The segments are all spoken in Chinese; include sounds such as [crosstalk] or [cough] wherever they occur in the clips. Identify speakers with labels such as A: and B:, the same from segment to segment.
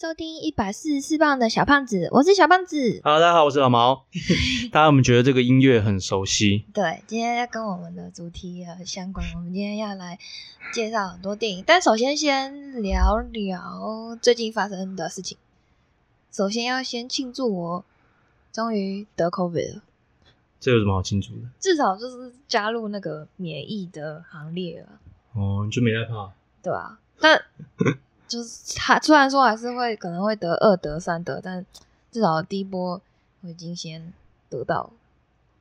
A: 收听一百四十四磅的小胖子，我是小胖子。
B: Hello，大家好，我是老 [laughs] 毛。大家有没有觉得这个音乐很熟悉？
A: 对，今天要跟我们的主题呃相关，我们今天要来介绍很多电影，但首先先聊聊最近发生的事情。首先要先庆祝我终于得 COVID 了，
B: 这有什么好庆祝的？
A: 至少就是加入那个免疫的行列了，
B: 哦，你就没害怕？
A: 对吧、但就是他虽然说还是会可能会得二得三得，但至少第一波我已经先得到了。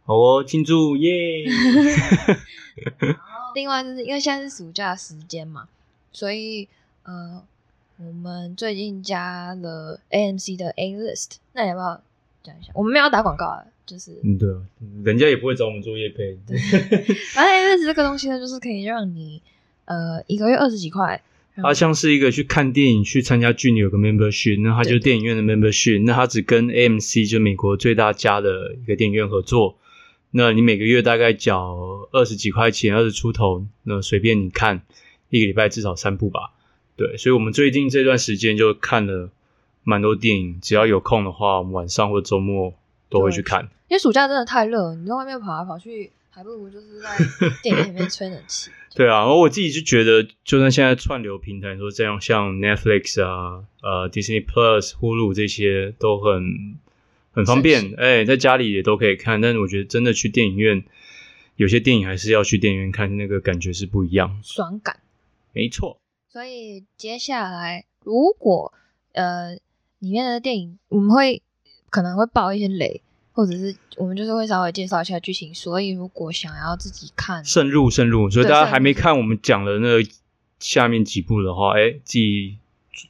B: 好哦，庆祝 [laughs] 耶！
A: 另外就是因为现在是暑假时间嘛，所以呃，我们最近加了 AMC 的 A List，那你要不要讲一下？我们没有打广告啊，就是
B: 嗯，对啊，人家也不会找我们做夜配。
A: 反正 A List 这个东西呢，就是可以让你呃一个月二十几块，然后
B: 它像是一个去看电影、去参加剧，你有个 membership，那它就
A: 对
B: 是电影院的 membership，那它只跟 AMC 就美国最大家的一个电影院合作。那你每个月大概缴二十几块钱，二十出头，那随便你看，一个礼拜至少三部吧。对，所以我们最近这段时间就看了蛮多电影，只要有空的话，我们晚上或周末都会去看。
A: 因为暑假真的太热了，你在外面跑来跑去，还不如就是在电影前面吹冷气。
B: 对啊，而我自己就觉得，就算现在串流平台说这样，像 Netflix 啊、呃 Disney Plus、Hulu 这些都很很方
A: 省
B: 便，哎，在家里也都可以看。但是我觉得真的去电影院，有些电影还是要去电影院看，那个感觉是不一样。
A: 爽感。
B: 没错，
A: 所以接下来，如果呃里面的电影，我们会可能会爆一些雷，或者是我们就是会稍微介绍一下剧情。所以如果想要自己看，
B: 深入深入。所以
A: 对
B: 大
A: 慎
B: 家还
A: 入
B: 没
A: 慎
B: 看我们讲的那下面几部的话，哎，自己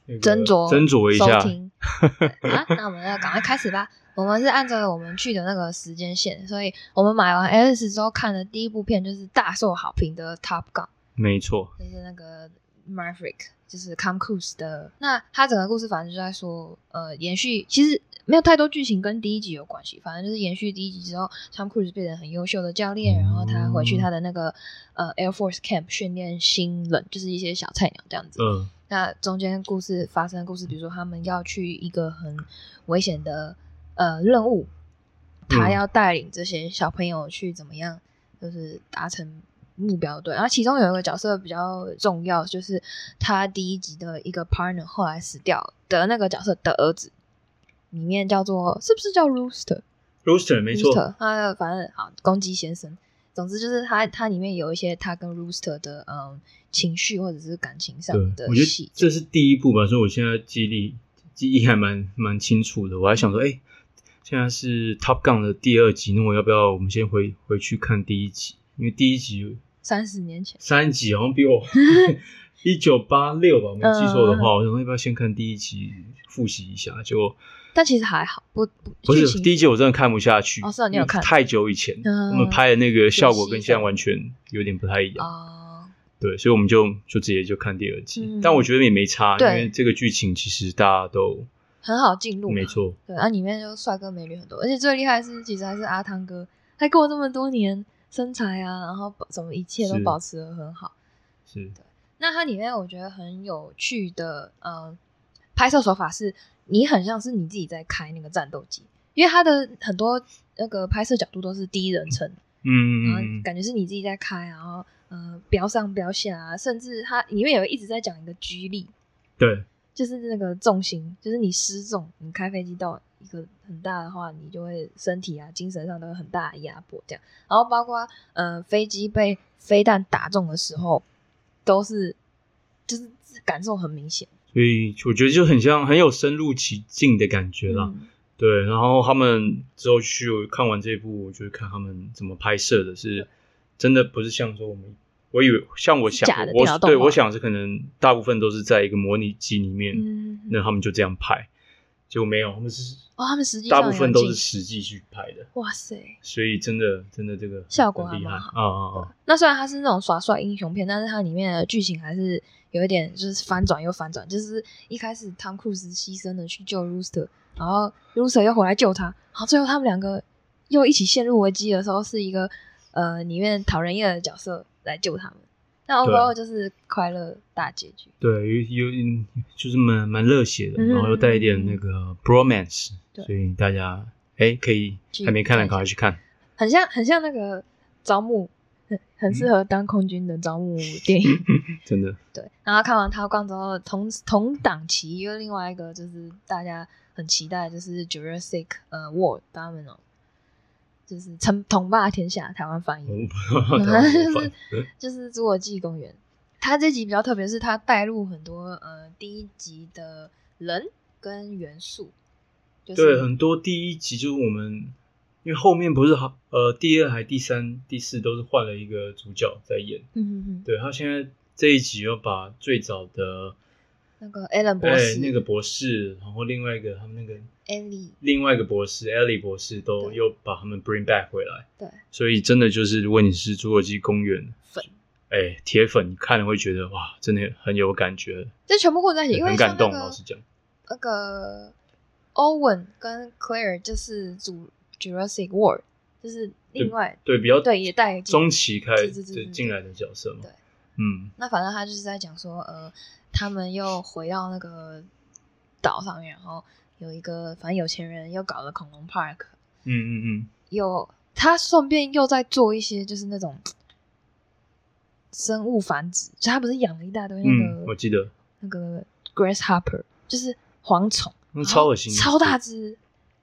B: 那个
A: 斟酌
B: 斟酌一
A: 收
B: 下。
A: 听啊，那我们要赶快开始吧。我们是按照我们去的那个时间线，所以我们买完 Alice 之后看的第一部片就是大受好评的《Top Gun》。
B: 没错，
A: 就是那个 Maverick，就是 Tom Cruise 的。那他整个故事反正就在说，呃，延续其实没有太多剧情跟第一集有关系，反正就是延续第一集之后，Tom Cruise 变成很优秀的教练，然后他回去他的那个呃 Air Force Camp 训练新人，就是一些小菜鸟这样子。
B: 嗯，
A: 那中间故事发生的故事，比如说他们要去一个很危险的呃任务，他
B: 嗯
A: 要带领这些小朋友去怎么样，就是达成目标对。然后其中有一个角色比较重要，就是他第一集的一个 partner 后来死掉的那个角色的儿子，里面叫做是不是叫 Rooster？
B: Rooster 没错，
A: Rooster，他的反正好公鸡先生，总之就是他他里面有一些他跟 Rooster 的嗯情绪或者是感情上
B: 对，
A: 的
B: 我觉
A: 细
B: 得
A: 节。
B: 这是第一步吧，所以我现在记忆力记忆还蛮蛮清楚的。我还想说，哎、现在是 Top Gun 的第二集，那我要不要我们先回回去看第一集？因为第一集
A: 三十年前，
B: 三集好像比
A: [laughs]
B: 我 [laughs] 一九八六吧，我没记错的
A: 嗯
B: 话，我想说要不要先看第一集复习一下？结果
A: 但其实还好，不不
B: 不
A: 剧
B: 是
A: 情
B: 第一集，我真的看不下去。
A: 哦是啊你有看
B: 因为太久以前，
A: 嗯
B: 我们拍的那个效果跟现在完全有点不太一样。
A: 啊、
B: 对，所以我们就就直接就看第二集，
A: 嗯
B: 但我觉得也没差，因
A: 对
B: 为这个剧情其实大家都
A: 很好进入嘛，
B: 没错，
A: 对，然后里面就帅哥美女很多，而且最厉害的是其实还是阿汤哥，他过了这么多年，身材啊，然后保什么一切都
B: 是
A: 保持的很好。
B: 是
A: 那它里面我觉得很有趣的，呃，拍摄手法是你很像是你自己在开那个战斗机，因为它的很多那个拍摄角度都是第一人称，然后
B: 嗯，嗯嗯
A: 感觉是你自己在开，然后呃飙上飙下啊，甚至它里面有一直在讲一个居力，
B: 对，
A: 就是那个重心，就是你失重，你开飞机到一个很大的话，你就会身体啊、精神上都有很大的压迫，这样。然后包括呃，飞机被飞弹打中的时候，都是就是感受很明显。
B: 所以我觉得就很像很有深入其境的感觉啊啦。
A: 嗯，
B: 对，然后他们之后去看完这一部，我就看他们怎么拍摄的是，真的不是像说我们，我以为像我想
A: 假的电
B: 我
A: 脑动画
B: 对我想是可能大部分都是在一个模拟机里面，
A: 嗯
B: 那他们就这样拍，结果没有，他们是
A: 哦他们实际上
B: 大部分
A: 有
B: 都
A: 进
B: 是实际去拍的。
A: 哇塞！
B: 所以真的真的这个
A: 效果
B: 很厉
A: 还
B: 害
A: 蛮
B: 啊
A: 好
B: 啊啊！
A: 那虽然它是那种耍帅英雄片，但是它里面的剧情还是有一点就是翻转又翻转，就是一开始汤库斯牺牲了去救 Rooster，然后 Rooster 又回来救他，然后最后他们两个又一起陷入危机的时候，是一个呃里面讨人厌的角色来救他们。但 overall 就是快乐大结局。
B: 对，有有就是蛮蛮热血的，
A: 嗯
B: 然后又带一点那个 bromance，
A: 对
B: 所以大家哎可以
A: 去
B: 还没看的
A: 看一下
B: 赶快去看。
A: 很像很像那个招募，很很适合当空军的招募电影。
B: 真的，
A: 对，然后看完《涛光》之后，同同档期又另外一个就是大家很期待，就是《Jurassic》呃《World Domino》，就是称统霸天下台湾翻
B: 嗯
A: 译，
B: [laughs] 就是
A: 嗯 [laughs] 就是《侏罗纪公园》。它这集比较特别，是它带入很多呃第一集的人跟元素，就是
B: 对很多第一集就是我们，因为后面不是好呃第二还第三第四都是换了一个主角在演，
A: 嗯嗯嗯，
B: 对他现在这一集又把最早的
A: 那个 Alan 博
B: 哎
A: 士，
B: 那个博士，然后另外一个他们那个
A: Ellie，
B: 另外一个博士 Ellie 博士都
A: 对
B: 又把他们 bring back 回来，
A: 对，
B: 所以真的就是如果你是侏罗纪公园
A: 粉，
B: 哎铁粉，你看了会觉得哇，真的很有感觉，
A: 就全部混在一起，因为
B: 很
A: 像
B: 感
A: 那
B: 动，哦
A: 个
B: 老实讲，
A: 那个 Owen 跟 Claire 就是主 Jurassic World，就是另外
B: 对比较
A: 对也带进
B: 中期开
A: 对对对
B: 对
A: 对
B: 进来的角色嘛，
A: 对，
B: 嗯，
A: 那反正他就是在讲说，呃，他们又回到那个岛上面，然后有一个反正有钱人又搞了恐龙 park，
B: 嗯嗯嗯，
A: 又他顺便又在做一些就是那种生物繁殖，就他不是养了一大堆那
B: 嗯，
A: 个、
B: 我记得
A: 那个 grasshopper，就是蝗虫。
B: 那
A: 然
B: 超
A: 后
B: 恶心的，
A: 超大只。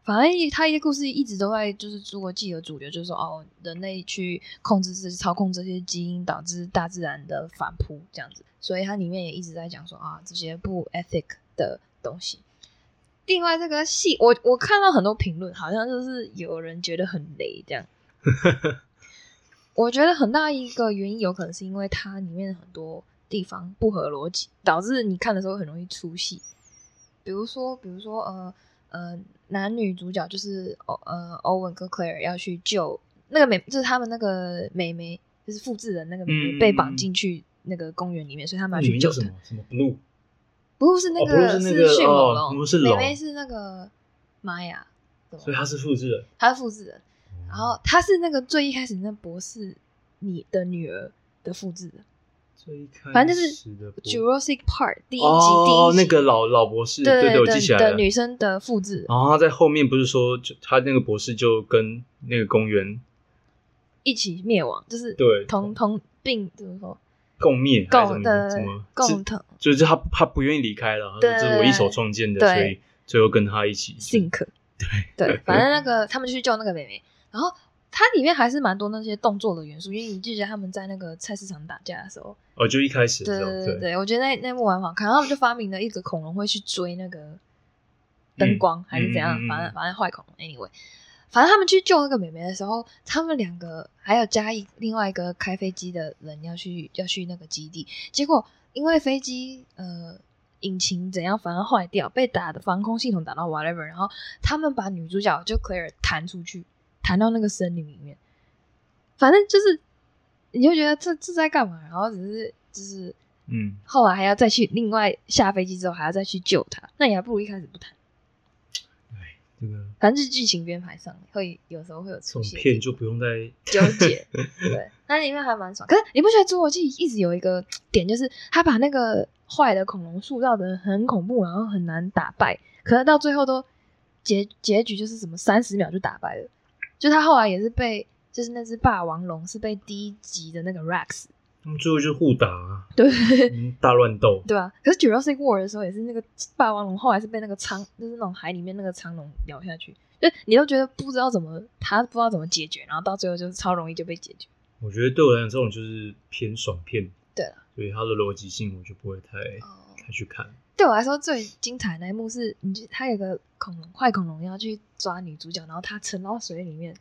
A: 反正他一些故事一直都在，就是侏罗纪的主流，就是说哦，人类去控制这操控这些基因，导致大自然的反扑这样子。所以它里面也一直在讲说啊，这些不 ethic 的东西。另外，这个戏我我看到很多评论，好像就是有人觉得很雷
B: [laughs]
A: 这样。我觉得很大一个原因有可能是因为它里面很多地方不合逻辑，导致你看的时候很容易出戏。比如说，比如说，呃呃，男女主角就是欧呃欧文跟 Claire 要去救那个美，就是他们那个美眉，就是复制人那个美
B: 嗯嗯
A: 眉
B: 嗯
A: 被绑进去那个公园里面，所以他们要
B: 你
A: 去
B: 们
A: 救
B: 叫
A: 她
B: 什。么什么 blue，
A: 不是那
B: 哦不
A: 个，
B: 是那个
A: 迅猛
B: 哦
A: 龙，
B: 不是
A: 美
B: 龙
A: 眉是那个玛雅，对吧
B: 所以他是复制人，
A: 她是复制人，然后她是那个最一开始那博士你的女儿的复制人，
B: 最一开
A: 反正就是
B: 始的博
A: Jurassic Park 第一集、
B: 哦
A: 第一集
B: 那个老老博士，
A: 对
B: 对
A: 对
B: 我记起来
A: 的
B: 了。
A: 女生的复制人
B: 然后他在后面不是说，就他那个博士就跟那个公园
A: 一起灭亡，就是
B: 对
A: 同同病怎么说
B: 共灭，还是
A: 共
B: 怎么
A: 的
B: 怎么
A: 共同
B: 就就是他他不愿意离开了，
A: 对
B: 这是我一手创建的，
A: 对
B: 所以最后跟他一起。
A: think 对对，反正那
B: [laughs]
A: 个他们就去救那个妹妹，然后它里面还是蛮多那些动作的元素，因为你记得他们在那个菜市场打架的时候。
B: 哦，就一开始
A: 对
B: 这样
A: 对对，我觉得那那幕蛮好看。然后他们就发明了一个恐龙会去追那个灯光、还是怎样，
B: 嗯嗯嗯
A: 反正反正坏恐龙。Anyway，反正他们去救那个美眉的时候，他们两个还有加一另外一个开飞机的人要去要去那个基地，结果因为飞机呃引擎怎样反而坏掉，被打的防空系统打到 whatever，然后他们把女主角就 Claire 弹出去，弹到那个森林里面，反正就是。你就觉得这这在干嘛？然后只是就是
B: 嗯，
A: 后来还要再去另外下飞机之后还要再去救他，那你还不如一开始不谈。
B: 这个
A: 反正是剧情编排上会有时候会有
B: 这
A: 出
B: 种
A: 现
B: 片就不用再
A: 纠结，
B: [laughs]
A: 对，那里面还蛮爽。可是你不觉得《侏罗纪》一直有一个点，就是他把那个坏的恐龙塑造的很恐怖，然后很难打败，可是到最后都结结局就是什么三十秒就打败了，就他后来也是被就是那只霸王龙是被第一集的那个 Rex
B: 他们最后就互打啊，
A: 对
B: 嗯大乱斗。
A: 对啊，可是 Jurassic World 的时候也是那个霸王龙，后来是被那个苍，就是那种海里面那个苍龙咬下去，就是你都觉得不知道怎么，他不知道怎么解决，然后到最后就是超容易就被解决。
B: 我觉得对我来讲，这种就是偏爽片，
A: 对了，
B: 所以它的逻辑性我就不会太
A: 哦，
B: 太去看。
A: 对我来说最精彩的那一幕是，你就他有个恐龙，坏恐龙要去抓女主角，然后他沉到水里面，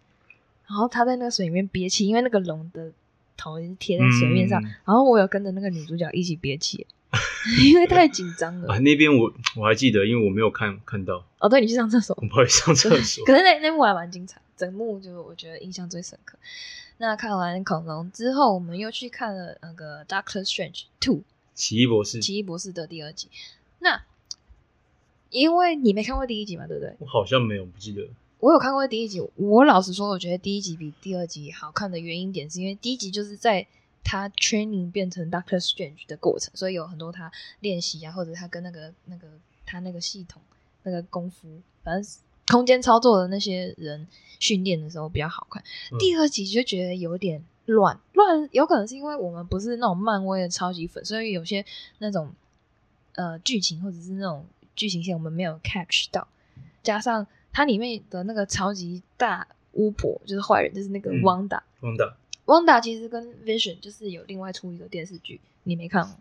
A: 然后他在那个水里面憋气，因为那个龙的头已经贴在水面上，
B: 嗯
A: 然后我有跟着那个女主角一起憋气， [laughs] 因为太紧张了
B: [laughs] 啊，。那边我我还记得，因为我没有看看到，
A: 哦，对你去上厕所
B: 我。不会上厕所。
A: 可是那那幕还蛮精彩，整幕就我觉得印象最深刻。那看完恐龙之后，我们又去看了那个《Doctor Strange Two
B: 奇异博》士，
A: 奇异博士的第二集。那因为你没看过第一集嘛，对不对？
B: 我好像没有，不记得。
A: 我有看过第一集，我老实说，我觉得第一集比第二集好看的原因点是因为第一集就是在他 training 变成 Doctor Strange 的过程，所以有很多他练习啊，或者他跟那个那个他那个系统那个功夫，反正空间操作的那些人训练的时候比较好看。
B: 嗯
A: 第二集就觉得有点乱，乱有可能是因为我们不是那种漫威的超级粉，所以有些那种呃剧情或者是那种剧情线我们没有 catch 到，加上它里面的那个超级大巫婆就是坏人，就是那个
B: 嗯
A: 汪达。
B: 汪达，
A: 汪达其实跟 Vision 就是有另外出一个电视剧，你没看过，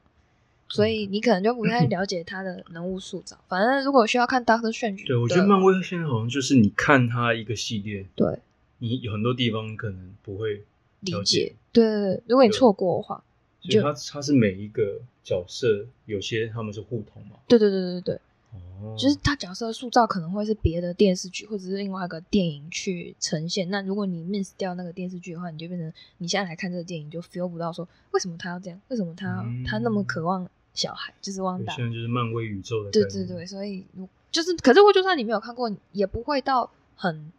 A: 所以你可能就不太了解他的人物塑造。 [laughs] 反正如果需要看 Doctor Strange，
B: 对我觉
A: 的
B: 得漫威现在好像就是你看它一个系列，
A: 对
B: 你有很多地方可能不会
A: 理
B: 了
A: 解，对对对，如果你
B: 对
A: 错过的话，
B: 所以它它是每一个角色有些他们是互通嘛，
A: 对对对对对，
B: 哦，
A: 就是他角色塑造可能会是别的电视剧或者是另外一个电影去呈现。那如果你 miss 掉那个电视剧的话，你就变成你现在来看这个电影你就 feel 不到说为什么他要这样，为什么他、
B: 嗯
A: 他那么渴望小孩，就是汪
B: 对
A: 达。
B: 现在就是漫威宇宙的，
A: 对对对，，所以如就是，可是我就算你没有看过，也不会到很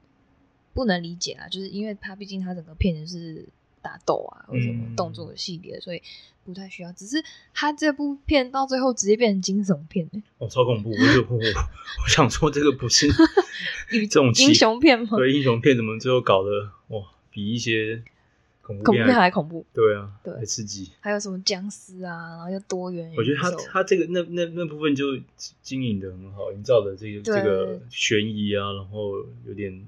A: 不能理解啊，就是因为它毕竟它整个片子是打斗啊，或者什么
B: 嗯
A: 动作的系列，所以不太需要。只是它这部片到最后直接变成惊悚片、欸，
B: 哦，超恐怖，我就我我我想说这个
A: [laughs]
B: 不是
A: 英
B: 这种奇
A: 英雄片吗？
B: 对英雄片怎么最后搞得哇，比一些恐怖
A: 恐怖
B: 片
A: 片还
B: 还
A: 恐怖，
B: 对啊，
A: 对
B: 还刺激。
A: 还有什么僵尸啊，然后又多元宇宙。
B: 我觉得他他这个那那那部分就经营的很好，营造的这个
A: 对
B: 这个悬疑啊，然后有点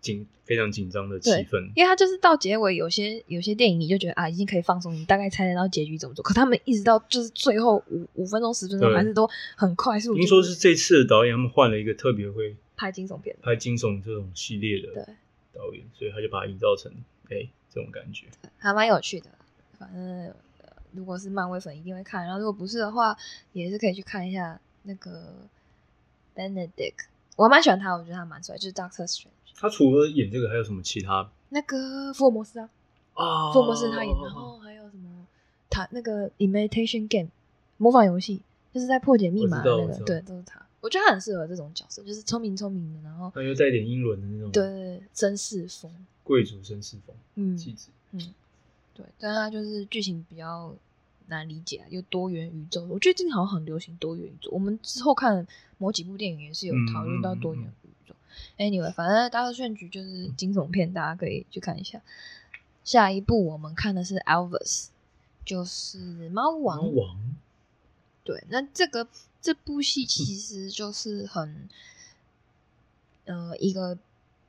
B: 紧非常紧张的气
A: 对
B: 氛。
A: 因为他就是到结尾，有些有些电影你就觉得啊，已经可以放松，你大概猜得到结局怎么做。可他们一直到就是最后五五分钟、十分钟，
B: 对
A: 还是都很快速。
B: 听说是这次的导演他们换了一个特别会
A: 拍惊悚片的，
B: 拍惊悚这种系列的
A: 对，
B: 导演，所以他就把它营造成哎、这种感觉。
A: 还蛮有趣的啦。反正、呃如果是漫威粉一定会看，然后如果不是的话，也是可以去看一下那个 Benedict，我还蛮喜欢他，我觉得他蛮帅，就是 Doctor Strange
B: 他除了演这个还有什么其他
A: 那个福尔摩斯啊，
B: 啊？
A: 福尔摩斯他演，哦然
B: 哦
A: 后还有什么他那个 Imitation Game 模仿游戏，就是在破解密码的那
B: 我知道我
A: 个
B: 知，道
A: 对，都是他。我觉得他很适合这种角色，就是聪明聪明的，然后
B: 那又带点英伦的那种
A: 对对对绅士风，
B: 贵族绅士风
A: 嗯，
B: 气质。
A: 对，但它就是剧情比较难理解啊，又多元宇宙。我觉得最近好像很流行多元宇宙，我们之后看某几部电影也是有讨论到多元宇宙。anyway，反正《大特炫局》就是惊悚片，大家可以去看一下。下一部我们看的是《Elvis》，就是猫王。
B: 王王
A: 对，那这个这部戏其实就是很，呃，一个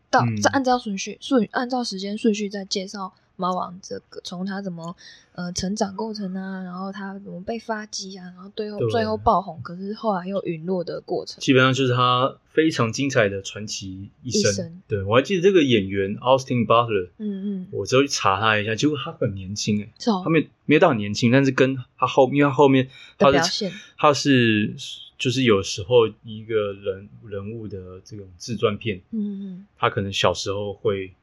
A: 到
B: 嗯
A: 按照顺序顺按照时间顺序在介绍猫王这个，从他怎么呃成长过程啊，然后他怎么被发迹啊，然后最后
B: 对
A: 最后爆红，可是后来又陨落的过程。
B: 基本上就是他非常精彩的传奇一生。
A: 一生
B: 对我还记得这个演员 Austin Butler，
A: 嗯嗯，
B: 我之后去查他一下，结果他很年轻哎、
A: 是哦
B: 他，没没有到很年轻，但是跟他后，因为他后面他
A: 的表
B: 是
A: 现
B: 他是就是有时候一个人人物的这种自传片，
A: 嗯嗯
B: 他可能小时候会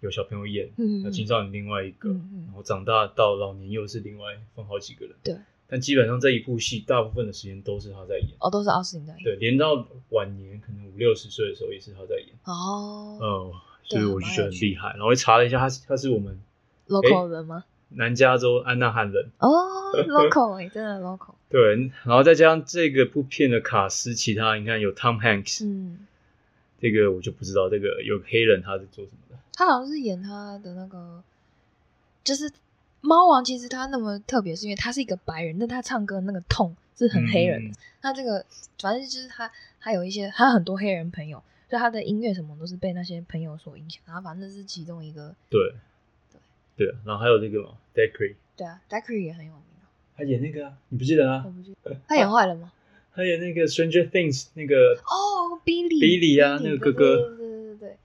B: 有小朋友演，
A: 嗯
B: 那
A: 嗯
B: 青少年另外一个，
A: 嗯嗯
B: 然后长大到老年又是另外分好几个人。
A: 对，
B: 但基本上这一部戏大部分的时间都是他在演。
A: 哦，都是奥斯汀在演
B: 对，连到晚年可能五六十岁的时候也是他在演，
A: 哦
B: 哦、所以
A: 对
B: 我就
A: 蛮
B: 觉得
A: 有
B: 很
A: 趣
B: 厉害。然后我查了一下，他是他是我们
A: ，local 人吗？
B: 南加州安娜汉人，
A: 哦，local 哎，真的 local，
B: 对，然后再加上这个部片的卡斯，其他你看有 Tom Hanks，、
A: 嗯，
B: 这个我就不知道，这个有黑人他是做什么的，
A: 他好像是演他的那个，就是猫王。其实他那么特别，是因为他是一个白人，但他唱歌那个痛是很黑人的。
B: 嗯
A: 他这个反正就是他，他有一些他很多黑人朋友，所以他的音乐什么都是被那些朋友所影响。然后反正这是其中一个，
B: 对，对，然后还有这个嘛 d e c r y
A: 对啊 d a c r y 也很有名啊，
B: 他演那个啊，你不记得
A: 我
B: 啊？
A: 不记得他演坏了吗？
B: 他演那个 Stranger Things 那个
A: 哦，Billy
B: Billy 啊
A: Billy，
B: 那个哥
A: 对
B: 哥
A: 对对对对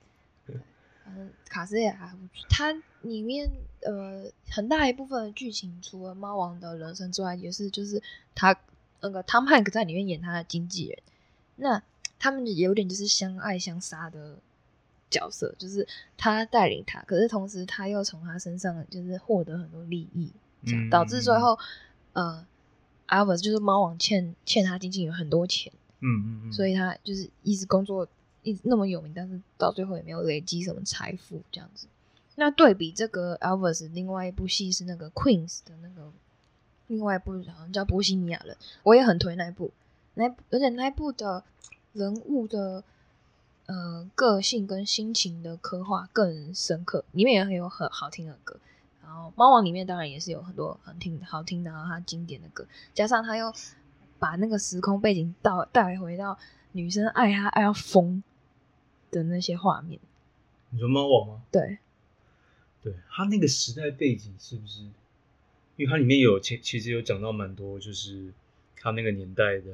A: 对。反正卡斯也还不错，它里面呃很大一部分的剧情，除了猫王的人生之外，也是就是他那个汤汉克在里面演他的经纪人，那他们也有点就是相爱相杀的角色，就是他带领他，可是同时他又从他身上就是获得很多利益，这样
B: 嗯
A: 导致最后呃阿文就是猫王欠欠他经纪人很多钱。
B: 嗯嗯嗯，
A: 所
B: 以
A: 以他就是一直工作，一直那么有名，但是到最后也没有累积什么财富这样子。那对比这个 Elvis，另外一部戏是那个 Queens 的那个，另外一部好像叫《波西米亚人》，我也很推那一部，那一部而且那一部的人物的呃个性跟心情的刻画更深刻，里面也很有很好听的歌。然后《猫王》里面当然也是有很多很听好听的，然后它经典的歌，加上他又把那个时空背景到带回到女生爱他爱到疯的那些画面，
B: 你说猫王吗？
A: 对。
B: 对他那个时代背景是不是？因为它里面有其其实有讲到蛮多，就是他那个年代的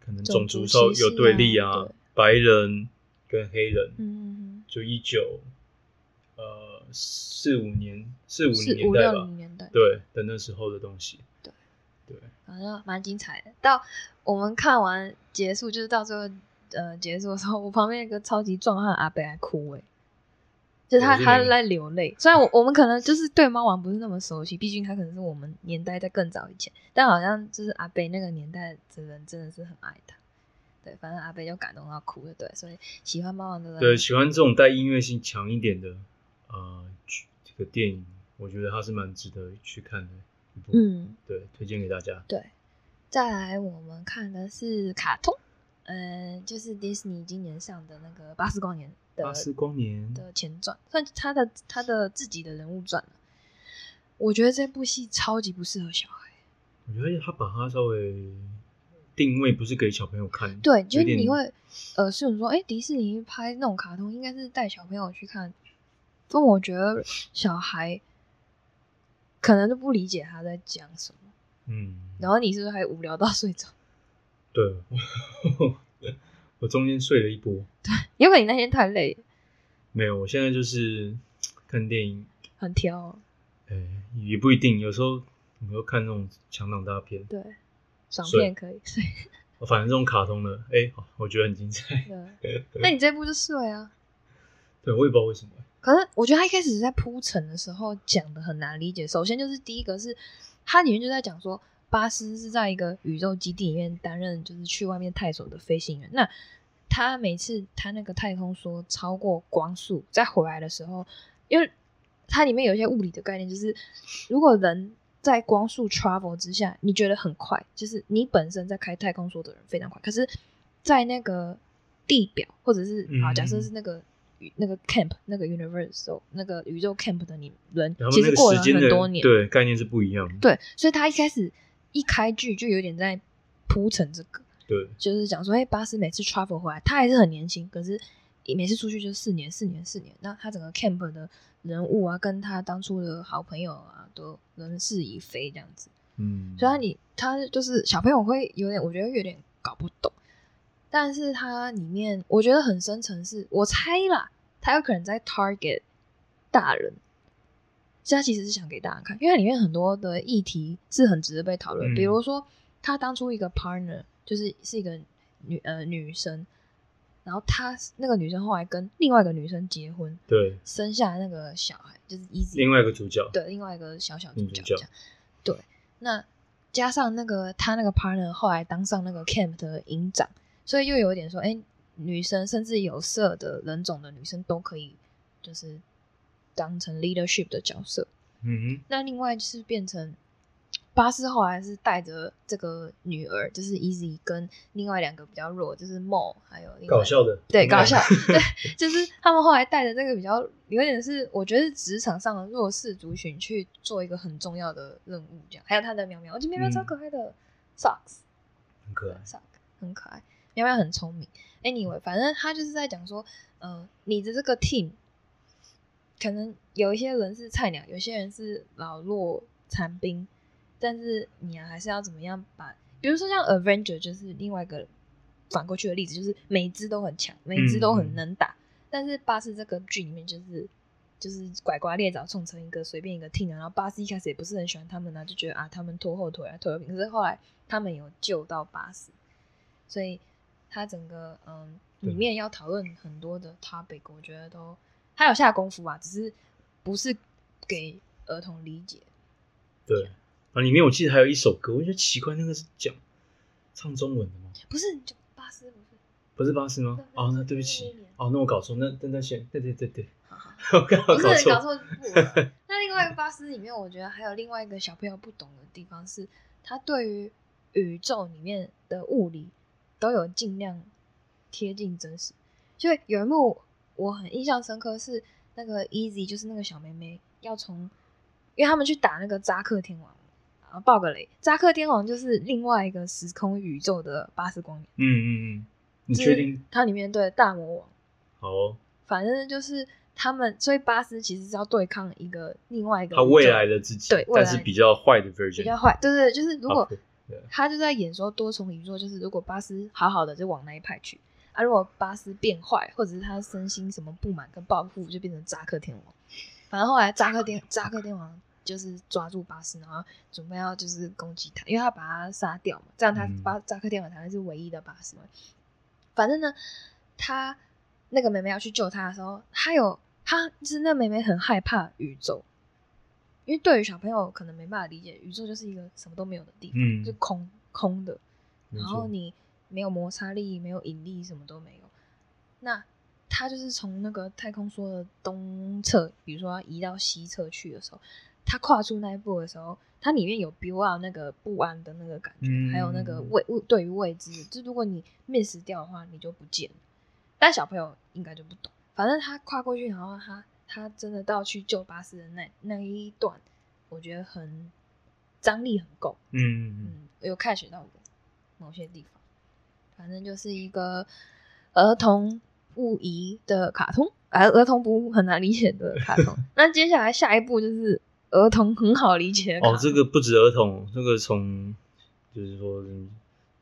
B: 可能种族稍
A: 种族
B: 微
A: 歧视啊
B: 有对立啊，
A: 对
B: 白人跟黑人，
A: 嗯，
B: 就一九呃四五年四五
A: 是
B: 零
A: 五
B: 年代
A: 六
B: 吧
A: 零，年代，
B: 对的那时候的东西，
A: 对
B: 对，
A: 反正蛮精彩的。到我们看完结束，就是到最后呃结束的时候，我旁边一个超级壮汉阿北还哭哎、就是他
B: 我是
A: 他
B: 没有
A: 在流泪。虽然我我们可能就是对猫王不是那么熟悉，毕竟他可能是我们年代在更早以前，但好像就是阿北那个年代的人真的是很爱他。对，反正阿北就感动到哭了，对，所以喜欢猫王的人，
B: 对，喜欢这种带音乐性强一点的呃剧这个电影，我觉得它是蛮值得去看的一部，
A: 嗯，
B: 对，推荐给大家。
A: 对，再来我们看的是卡通，嗯，就是 Disney 今年上的那个《巴斯光年》的
B: 巴斯光年，
A: 的前传，算是他的他的自己的人物传了。我觉得这部戏超级不适合小孩，
B: 我觉得他把它稍微定位不是给小朋友看，
A: 对，就
B: 有
A: 是
B: 点
A: 你会呃，是你说，哎、迪士尼拍那种卡通应该是带小朋友去看，但我觉得小孩可能就不理解他在讲什么，
B: 嗯，
A: 然后你是不是还无聊到 [laughs] 睡着？
B: 对， [laughs] 我中间睡了一波，
A: 因为你那天太累，
B: 没有，我现在就是看电影，
A: 很挑哦、
B: 哎、也不一定，有时候你会看那种强档大片，
A: 对，爽
B: 睡
A: 片可以睡。 [laughs]
B: 反正这种卡通的，哎、我觉得很精彩，
A: 对，那你这部就睡啊。
B: [laughs] 对我也不知道为什么、
A: 可是我觉得他一开始在铺陈的时候讲的很难理解。首先就是第一个是，他里面就在讲说，巴斯是在一个宇宙基地里面担任就是去外面探索的飞行员。那他每次他那个太空梭超过光速再回来的时候，因为它里面有一些物理的概念，就是如果人在光速 travel 之下，你觉得很快，就是你本身在开太空梭的人非常快，可是，在那个地表或者是
B: 嗯
A: 好，假设是那个。宇那个 camp 那个 universe 哦那个宇宙 camp 的你人
B: 然，后
A: 其
B: 那
A: 实
B: 个
A: 过了
B: 时
A: 很
B: 间的
A: 多年，
B: 对概念是不一样的，
A: 对，所以他一开始一开剧就有点在铺陈这个，
B: 对
A: 就是讲说，哎、巴斯每次 travel 回来，他还是很年轻，可是每次出去就四年、四年、四年。那他整个 camp 的人物啊，跟他当初的好朋友啊，都人事已非这样子。
B: 嗯，
A: 所以他你他就是小朋友会有点，我觉得有点搞不懂。但是它里面我觉得很深层是，我猜啦，他有可能在 target 大人，所以他其实是想给大人看，因为它里面很多的议题是很值得被讨论，
B: 嗯
A: 比如说他当初一个 partner 就是是一个女呃女生，然后他那个女生后来跟另外一个女生结婚，
B: 对
A: 生下那个小孩就是 easy，
B: 另外一个主角，
A: 对，另外一个小小主
B: 女
A: 角
B: 主角
A: 这样。对，那加上那个他那个 partner 后来当上那个 camp 的营长，所以又有点说，哎、女生甚至有色的人种的女生都可以，就是当成 leadership 的角色。
B: 嗯
A: 那另外就是变成巴斯后来是带着这个女儿，就是 Easy 跟另外两个比较弱，就是 Mo 还有另
B: 哼，
A: 外
B: 搞笑的，
A: 对，搞笑，对，就是他们后来带着这个比较有点是，我觉得是职场上的弱势族群去做一个很重要的任务，这样。还有他的喵喵，我觉得喵喵
B: 嗯
A: 超可爱的、s o c k s
B: 很可爱，
A: s o c k 很可爱，喵喵很聪明。Anyway，反正他就是在讲说，呃，你的这个 team 可能有一些人是菜鸟，有些人是老弱残兵，但是你啊还是要怎么样把，比如说像 Avenger 就是另外一个反过去的例子，就是每一只都很强，每一只都很能打，但是巴斯这个剧里面就是。就是拐瓜裂枣冲成一个随便一个 team，然后巴斯一开始也不是很喜欢他们呢、就觉得啊他们拖后腿啊拖后腿，可是后来他们有救到巴斯，所以他整个嗯
B: 对
A: 里面要讨论很多的 topic，我觉得都他有下功夫啊，只是不是给儿童理解。
B: 对啊，里面我记得还有一首歌，我觉得奇怪，那个是讲唱中文的吗？
A: 不是，就巴斯不是，
B: 不是巴士吗
A: 对？
B: 哦，
A: 那
B: 那
A: 是
B: 对不
A: 那
B: 起
A: 一年，
B: 哦，那我搞错，那那那先，对对对对，
A: 好好好，
B: [laughs] 我刚好
A: 不
B: 搞
A: 是搞
B: 错，
A: 错部
B: [laughs]
A: 了。那另外一个巴斯里面，我觉得还有另外一个小朋友不懂的地方是，他对于宇宙里面的物理都有尽量贴近真实。就有一幕我很印象深刻，是那个 Easy，就是那个小妹妹要从，因为他们去打那个扎克天王，啊，爆个雷，扎克天王就是另外一个时空宇宙的巴斯光年，
B: 嗯嗯嗯，你
A: 就是
B: 确定？
A: 它里面对大魔王。
B: 好哦，
A: 反正就是他们，所以巴斯其实是要对抗一个另外一个
B: 他
A: 宇宙
B: 未来的自己，
A: 对未
B: 但
A: 来
B: 是比较坏的
A: 比较
B: version，
A: 坏，对对，对就是如果
B: 好对
A: 他就在演说多重宇宙，就是如果巴斯好好的就往那一派去，啊，如果巴斯变坏，或者是他身心什么不满跟报复，就变成扎克天王。反正后来扎克天扎克天王就是抓住巴斯，然后准备要就是攻击他，因为他把他杀掉嘛，这样他
B: 嗯
A: 巴扎克天王才会是唯一的巴斯嘛。反正呢，他那个妹妹要去救他的时候，他有他就是那妹妹很害怕宇宙，因为对于小朋友可能没办法理解，宇宙就是一个什么都没有的地方，
B: 嗯
A: 就空空的，
B: 没
A: 然
B: 错
A: 后你没有摩擦力，没有引力，什么都没有。那他就是从那个太空梭的东侧，比如说要移到西侧去的时候，他跨出那一步的时候，它里面有 build out 那个不安的那个感觉，
B: 嗯
A: 还有那个未未对于未知，就如果你 miss 掉的话，你就不见了。但小朋友应该就不懂，反正他跨过去，然后他他真的到去救巴斯的那那一段，我觉得很张力很够，
B: 嗯嗯嗯，
A: 嗯，有 catch 到过某些地方，反正就是一个儿童不宜的卡通，啊，儿童不很难理解的卡
B: [laughs]
A: 通。那接下来下一步就是儿童很好理解的卡通
B: 哦，这个不止儿童，这个从就是说嗯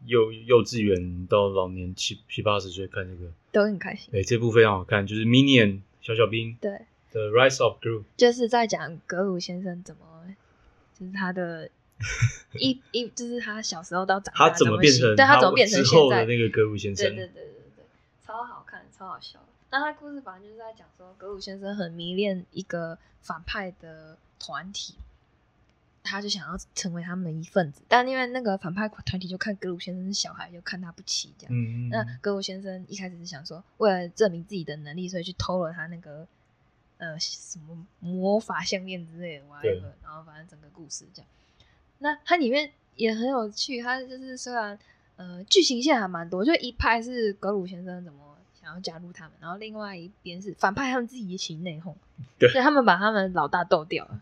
B: 幼幼稚园到老年七七八十岁看这个，
A: 都很开心。
B: 哎，这部非常好看，就是 Minion 小小兵
A: 对，
B: The Rise of Gru，
A: 就是在讲格鲁先生怎么，就是他
B: [laughs]
A: 的一一，就是他小时候到长大
B: 他怎
A: 么
B: 变
A: 习
B: 成
A: 对他怎么变成
B: 之
A: 现
B: 后
A: 在
B: 的那个格鲁先
A: 对
B: 生？
A: 对对对对，超好看，超好笑的。那他故事反正就是在讲说，格鲁先生很迷恋一个反派的团体，他就想要成为他们的一份子。但因为那个反派团体就看格鲁先生是小孩，就看他不起这样。
B: 嗯，嗯
A: 那
B: 嗯
A: 格鲁先生一开始是想说，为了证明自己的能力，所以去偷了他那个呃什么魔法项链之类的 w h
B: 对
A: 然后反正整个故事这样。那它里面也很有趣，它就是虽然呃剧情线还蛮多，就一派是格鲁先生怎么想要加入他们，然后另外一边是反派他们自己一起内讧，
B: 对
A: 所以他们把他们老大斗掉
B: [laughs]
A: 了。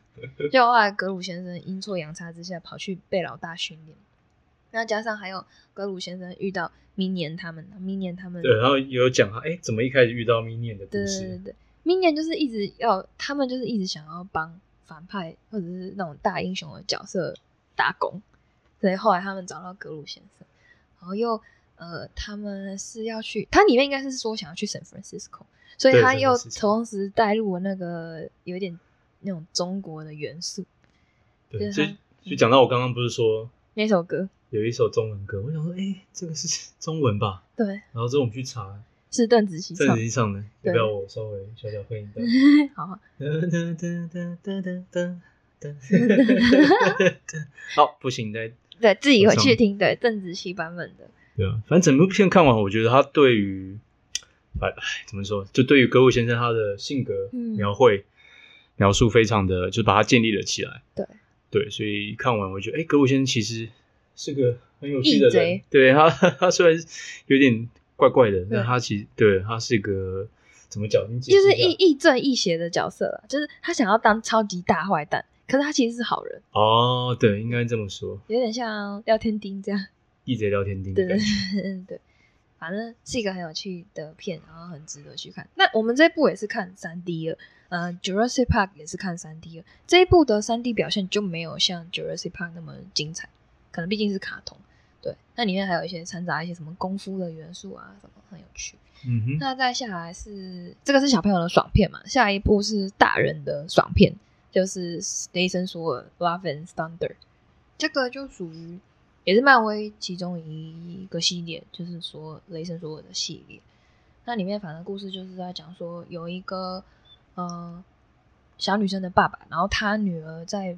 A: 就后来格鲁先生阴错阳差之下跑去被老大训练，那加上还有格鲁先生遇到明年他们，明年他们
B: 对，然后有讲他哎，怎么一开始遇到 Minion 的故
A: 对对对
B: 事？
A: 对，明年就是一直要他们就是一直想要帮反派或者是那种大英雄的角色打工，所以后来他们找到格鲁先生，然后又呃他们是要去，他里面应该是说想要去 San Francisco，所以
B: 对
A: 他
B: San
A: 又
B: Francisco
A: 同时带入了那个有点那种中国的元素，对
B: 对，所
A: 他
B: 以就讲到我刚刚不是说
A: 那首歌
B: 有一首中文歌，我想说哎，这个是中文吧？
A: 对
B: 然后之后我们去查，
A: 是邓紫棋
B: 在
A: 唱
B: 实际上呢，
A: 对
B: 要不要我稍微小小哼一
A: [laughs]
B: 段？
A: 的，好啊，
B: 哒哒哒哒哒哒哒哒
A: [laughs]
B: 好，不行，再
A: 对自己回
B: 我
A: 去
B: 唱
A: 听，对邓紫棋版本的，
B: 对啊，反正整部片看完，我觉得他对于，哎，哎怎么说？就对于格鲁先生他的性格
A: 嗯
B: 描绘、描述非常的，就把他建立了起来。
A: 对
B: 对，所以看完我觉得，哎、格鲁先生其实是个很有趣的
A: 义
B: 人
A: 贼。
B: 对他， [laughs] 他虽然有点怪怪的，
A: 对
B: 但他其实对他是个怎么讲？你解
A: 就
B: 释
A: 是
B: 一下
A: 亦亦正亦邪的角色了，就是他想要当超级大坏蛋，可是他其实是好人，
B: 哦，对，应该这么说，
A: 有点像廖天丁这样。 [laughs]
B: 义贼聊天钉。
A: 对对对，反正是一个很有趣的片，然后很值得去看。那我们这部也是看三 D 了，呃，Jurassic Park 也是看三 D 了，这一部的三 D 表现就没有像 Jurassic Park 那么精彩，可能毕竟是卡通。对，那里面还有一些掺杂一些什么功夫的元素啊，什么很有趣。
B: 嗯
A: [laughs]
B: 哼。
A: 那再下来是这个是小朋友的爽片嘛，下一部是大人的爽片，就是 Jason 索尔《Love and Thunder》，这个就属于也是漫威其中一个系列，就是说雷神索尔的系列。那里面反正故事就是在讲说有一个呃小女生的爸爸，然后他女儿在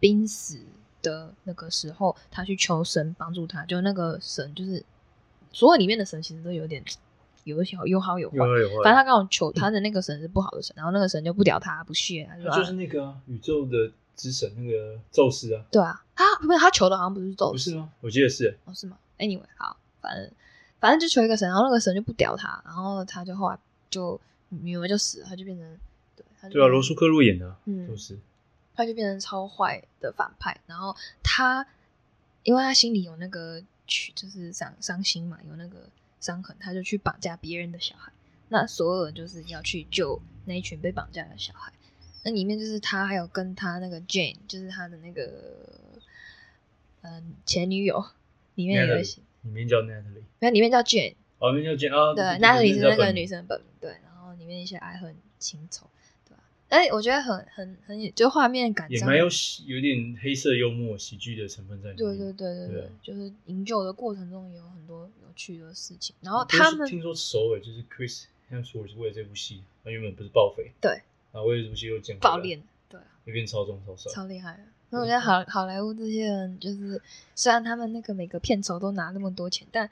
A: 濒死的那个时候，他去求神帮助他，就那个神就是所有里面的神其实都有点有的有有好有坏
B: 有。啊有啊，
A: 反正他刚好求他的那个神是不好的神，然后那个神就不屌他，不屑，他就说
B: 他就是
A: 啊
B: 那个啊宇宙的之神那个宙斯啊，
A: 对啊，他不是他求的好像不哦是啊宙
B: 不
A: 斯
B: 是吗？我记得是
A: 哦，是吗？Anyway，好，反正反正就求一个神，然后那个神就不屌他，然后他就后来就女儿就死了，他就变成对，他就
B: 对
A: 变
B: 啊，
A: 成
B: 罗素克洛演的啊，
A: 嗯
B: 就是
A: 他就变成超坏的反派。然后他，因为他心里有那个去就是伤伤心嘛，有那个伤痕，他就去绑架别人的小孩。那索尔就是要去救那一群被绑架的小孩。那里面就是他还有跟他那个 Jane，就是他的那个嗯、前女友，里面有一些，
B: 里面叫 Natalie，
A: 那里面叫 Jane，
B: 哦，那叫简啊，
A: 对
B: 对，
A: ，Natalie
B: 对
A: 是
B: 对
A: 那
B: 叫
A: 个
B: 本
A: 女生的本名，对，然后里面一些爱恨情仇，对吧？哎，我觉得很很很，就画面感
B: 也
A: 张
B: 蛮有喜有点黑色幽默喜剧的成分在里面。
A: 对对对对
B: 对
A: 对，就是营救的过程中也有很多有趣的事情。然后
B: 啊哦就是
A: 他们
B: 听说首尔就是 Chris Hemsworth 为了这部戏，他原本不是爆肥，
A: 对，
B: 然后为了这部戏又减回来
A: 爆，练，对啊，
B: 又变超重超瘦，
A: 超厉害的。所以我觉得好好莱坞这些人，就是虽然他们那个每个片酬都拿那么多钱，但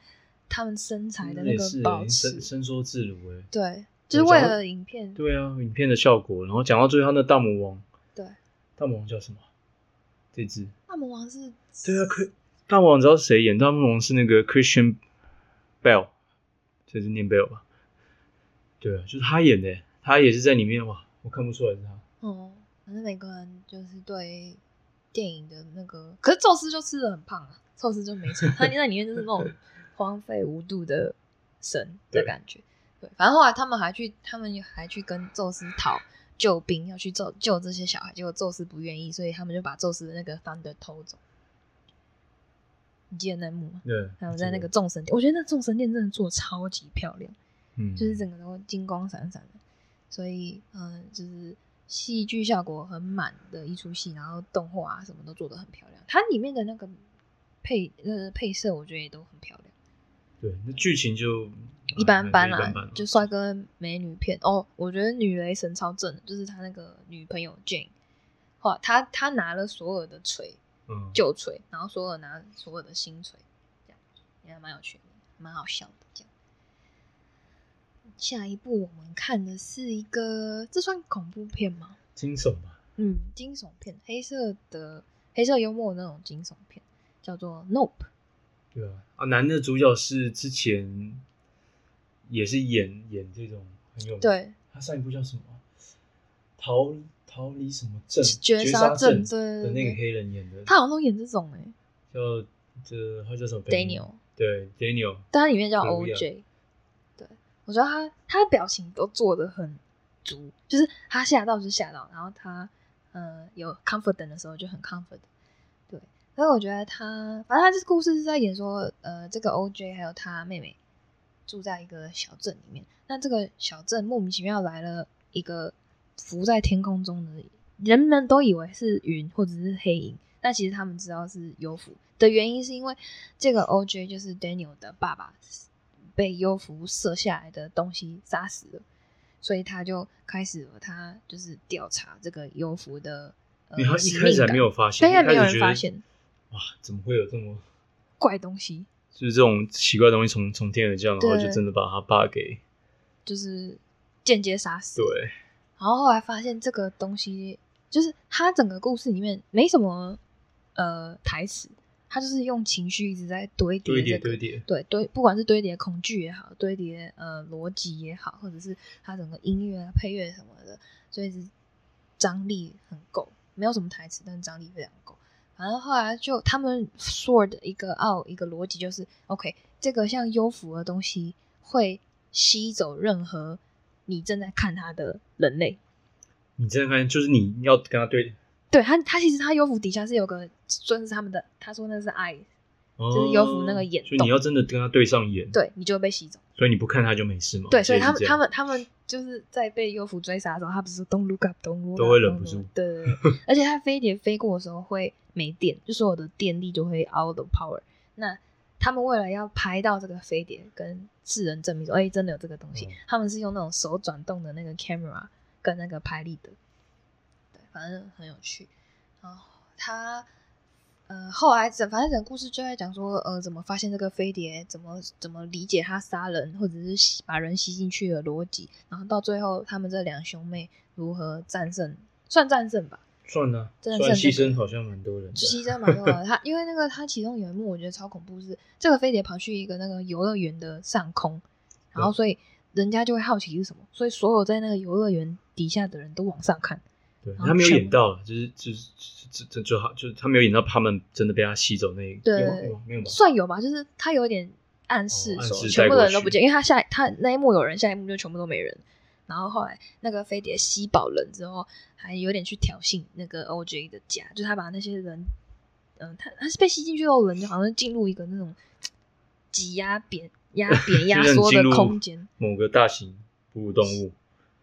A: 他们身材的
B: 嗯也
A: 那个
B: 是
A: 保
B: 已经
A: 持
B: 伸，伸缩自如哎。
A: 对，就是为了影片，
B: 对啊，影片的效果，然后讲到最后，那大魔王，
A: 对，
B: 大魔王叫什么？这只
A: 大魔王是，
B: 对啊，可大魔王知道是谁演？大魔王是那个 Christian Bell，这是念 Bell 吧？对啊，就是他演的，他也是在里面哇，我看不出来是他。
A: 哦，反正每个人就是对电影的那个，可是宙斯就吃的很胖啊，宙斯就没吃，他那里面就是那种荒废无度的神的
B: 对
A: 感觉。对，反正后来他们还去，他们还去跟宙斯讨救兵，要去救救这些小孩，结果宙斯不愿意，所以他们就把宙斯的那个 thunder 偷走。你记得那幕吗？
B: 对，
A: 还有啊在那个众神殿，我觉得那众神殿真的做的超级漂亮。
B: 嗯，
A: 就是整个都金光闪闪的，所以嗯，就是戏剧效果很满的一出戏，然后动画啊什么都做的很漂亮，它里面的那个配呃配色我觉得也都很漂亮，
B: 对，那剧情就
A: 一般般啦，
B: 啊，还是一般
A: 就帅哥美女片哦，我觉得女雷神超正的，就是他那个女朋友 Jane，哇，他他拿了索尔的锤
B: 嗯，
A: 旧锤，然后索尔拿索尔的新锤，这样也还蛮有趣的，蛮好笑的这样。下一部我们看的是一个，这算恐怖片吗？
B: 惊悚吧，
A: 嗯，惊悚片，黑色的黑色幽默的那种惊悚片，叫做《Nope》。
B: 对啊，啊，男的主角是之前也是演演这种很有名，，
A: 对，
B: 他上一部叫什么啊？逃逃离什么镇？
A: 绝
B: 杀
A: 杀
B: 镇
A: 镇对
B: 的那个
A: 对对
B: 黑人演的，
A: 他好像都演这种哎、
B: 叫这他叫什么
A: Daniel
B: 对 Daniel，
A: 但他里面叫
B: 对不一样
A: OJ。对，我觉得他他的表情都做的很足，就是他吓到就吓到，然后他呃有 confident 的时候就很 confident。对，所以我觉得他，反正他这故事是在演说，呃，这个 OJ 还有他妹妹住在一个小镇里面，那这个小镇莫名其妙来了一个浮在天空中的，人们都以为是云或者是黑影，但其实他们知道是幽浮的原因，是因为这个 OJ 就是 Daniel 的爸爸被幽浮射下来的东西杀死了，所以他就开始了他就是调查这个幽浮的。呃
B: 因为他一
A: 使
B: 开始
A: 命
B: 还
A: 感
B: 没有发现，
A: 对，
B: 一
A: 应该没有
B: 开始
A: 人
B: 觉
A: 发
B: 得
A: 现
B: 哇，怎么会有这么
A: 怪东西，
B: 就是这种奇怪的东西从从天而降，然后
A: 对
B: 就真的把他爸给
A: 就是间接杀死。
B: 对，
A: 然后后来发现这个东西，就是他整个故事里面没什么呃台词，他就是用情绪一直在堆叠、这
B: 堆
A: 个、
B: 叠堆叠，
A: 对堆，不管是堆叠恐惧也好，堆叠呃逻辑也好，或者是它整个音乐啊、配乐什么的，所以是张力很够，没有什么台词，但是张力非常够。反正后来就他们说的一个奥一个逻辑就是，OK，这个像幽浮的东西会吸走任何你正在看它的人类，
B: 你真的发现就是你要跟他对，
A: 对他，他其实他幽浮底下是有个算是他们的，他说那是爱，
B: 就是
A: 幽浮那个眼
B: 所以
A: 洞
B: 你要真的跟他对上眼，，
A: 对你就会被吸走。
B: 所以你不看他就没事嘛，
A: 对，所以他
B: 我
A: 们
B: 记得是这
A: 他
B: 样
A: 们他们就是在被幽浮追杀的时候，他不是 Don't look up, Don't look up，
B: 都会忍不
A: don't look up，
B: 住
A: 对对对， [laughs] 而且它飞碟飞过的时候会没电，就所有的电力就会 out of power。那他们为了要拍到这个飞碟，跟世人证明说，哎、真的有这个东西，
B: 嗯
A: 他们是用那种手转动的那个 camera 跟那个拍立得，对，反正很有趣。然后他呃，后来整反正整个故事就在讲说，呃，怎么发现这个飞碟，怎么怎么理解它杀人或者是吸把人吸进去的逻辑，然后到最后他们这两兄妹如何战胜，算战胜吧，
B: 算了，
A: 真的
B: 虽然
A: 算
B: 牺牲好像蛮多人的，
A: 牺牲蛮多的。啊他因为那个他其中有一幕我觉得超恐怖是，这个飞碟跑去一个那个游乐园的上空，然
B: 嗯
A: 后所以人家就会好奇是什么，所以所有在那个游乐园底下的人都往上看。
B: 对
A: 然后
B: 他没有
A: 全
B: 演到，就是就是就就就他就他没有演到他们真的被他吸走那一
A: 对
B: 有吗有吗没有吧？
A: 算有吧，就是他有点暗示
B: 哦
A: 说、
B: 暗示带
A: 全部的人都
B: 过去
A: 不见，因为他下他那一幕有人，下一幕就全部都没人。然后后来那个飞碟吸饱人之后，还有点去挑衅那个 OJ 的家，就是他把那些人，嗯、他他是被吸进去后，人就好像进入一个那种挤压、 [laughs] 扁压、扁压
B: 就是你
A: 缩
B: 进
A: 的
B: 入
A: 空间，
B: 某个大型哺乳动物，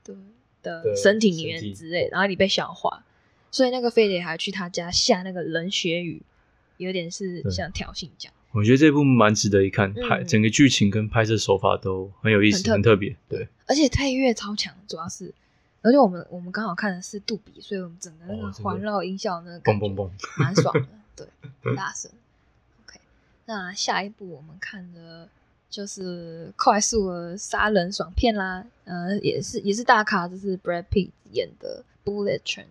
A: 对的
B: 的
A: 身体里
B: 身体
A: 面之类，然后你被消化，所以那个飞碟还去他家下那个冷血雨，有点是
B: 对
A: 像挑衅这样。
B: 我觉得这部蛮值得一看，
A: 嗯
B: 拍整个剧情跟拍摄手法都很有意
A: 很
B: 思，
A: 特
B: 很特别。对，
A: 而且配乐超强，主要是，而且我们我们刚好看的是杜比，所以我们整个那
B: 哦
A: 个
B: 这个
A: 环绕音效那个感
B: 蹦
A: 觉
B: 蹦蹦，
A: 蛮爽
B: [laughs]
A: 的，对，很大声。OK，那下一部我们看的就是快速的杀人爽片啦，呃，也是也是大咖，就是 Brad Pitt 演的《Bullet Train》，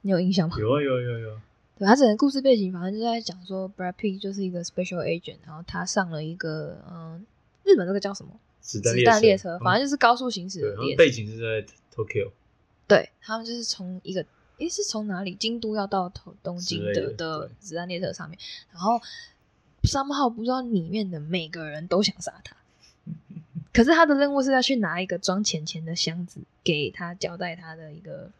A: 你有印象吗？
B: 有啊有啊有啊有啊，
A: 对他整个故事背景，反正就在讲说 Brad Pitt 就是一个 special agent，然后他上了一个嗯、日本这个叫什么？
B: 子
A: 子
B: 弹
A: 弹列
B: 车嗯
A: 车，，反正就是高速行驶
B: 对，
A: 的
B: 然后
A: 列
B: 背
A: 车。
B: 景是在 Tokyo，
A: 对他们就是从一个，诶是从哪里？京都要到东东京
B: 之类
A: 的
B: 的
A: 的
B: 对
A: 子弹列车上面，然后三号不知道里面的每个人都想杀
B: [laughs]
A: 他，可是他的任务是要去拿一个装钱钱的箱子给他交代他的一个。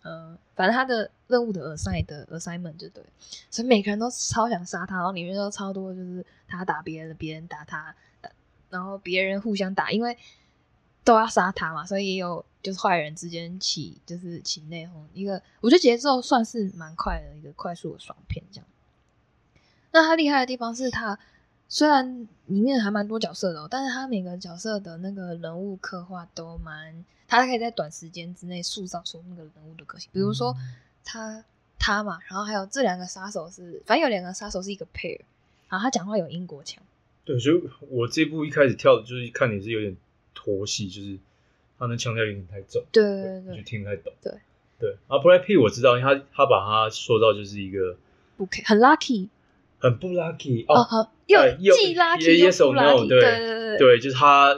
A: 呃，反正他的任务的 assign 的 assignment 就对了，所以每个人都超想杀他，然后里面都超多就是他打别人，别人打他，打然后别人互相打，因为都要杀他嘛，所以也有就是坏人之间起就是起内讧。一个我觉得节奏算是蛮快的一个快速的爽片这样。那他厉害的地方是他虽然里面还蛮多角色的、哦，但是他每个角色的那个人物刻画都蛮，他可以在短时间之内塑造出那个人物的个性。比如说
B: 嗯
A: 他他嘛，然后还有这两个杀手是，反正有两个杀手是一个 pair，然后他讲话有英国腔。
B: 对，所以我这部一开始跳的就是看也是有点拖戏，就是他那腔调有点太重，
A: 对对
B: 我
A: 对
B: 就
A: 对，
B: 听不太懂。
A: 对
B: 对，啊，Brad Pitt 我知道，因为他他把他塑造就是一个
A: 不 care，很 lucky
B: 很不 lucky
A: 哦，
B: 哦，
A: 好又
B: 呃又
A: 既 lucky
B: 也
A: 又
B: yes or
A: 不 lucky，
B: no，
A: 对
B: 对
A: 对对，
B: 对，就是他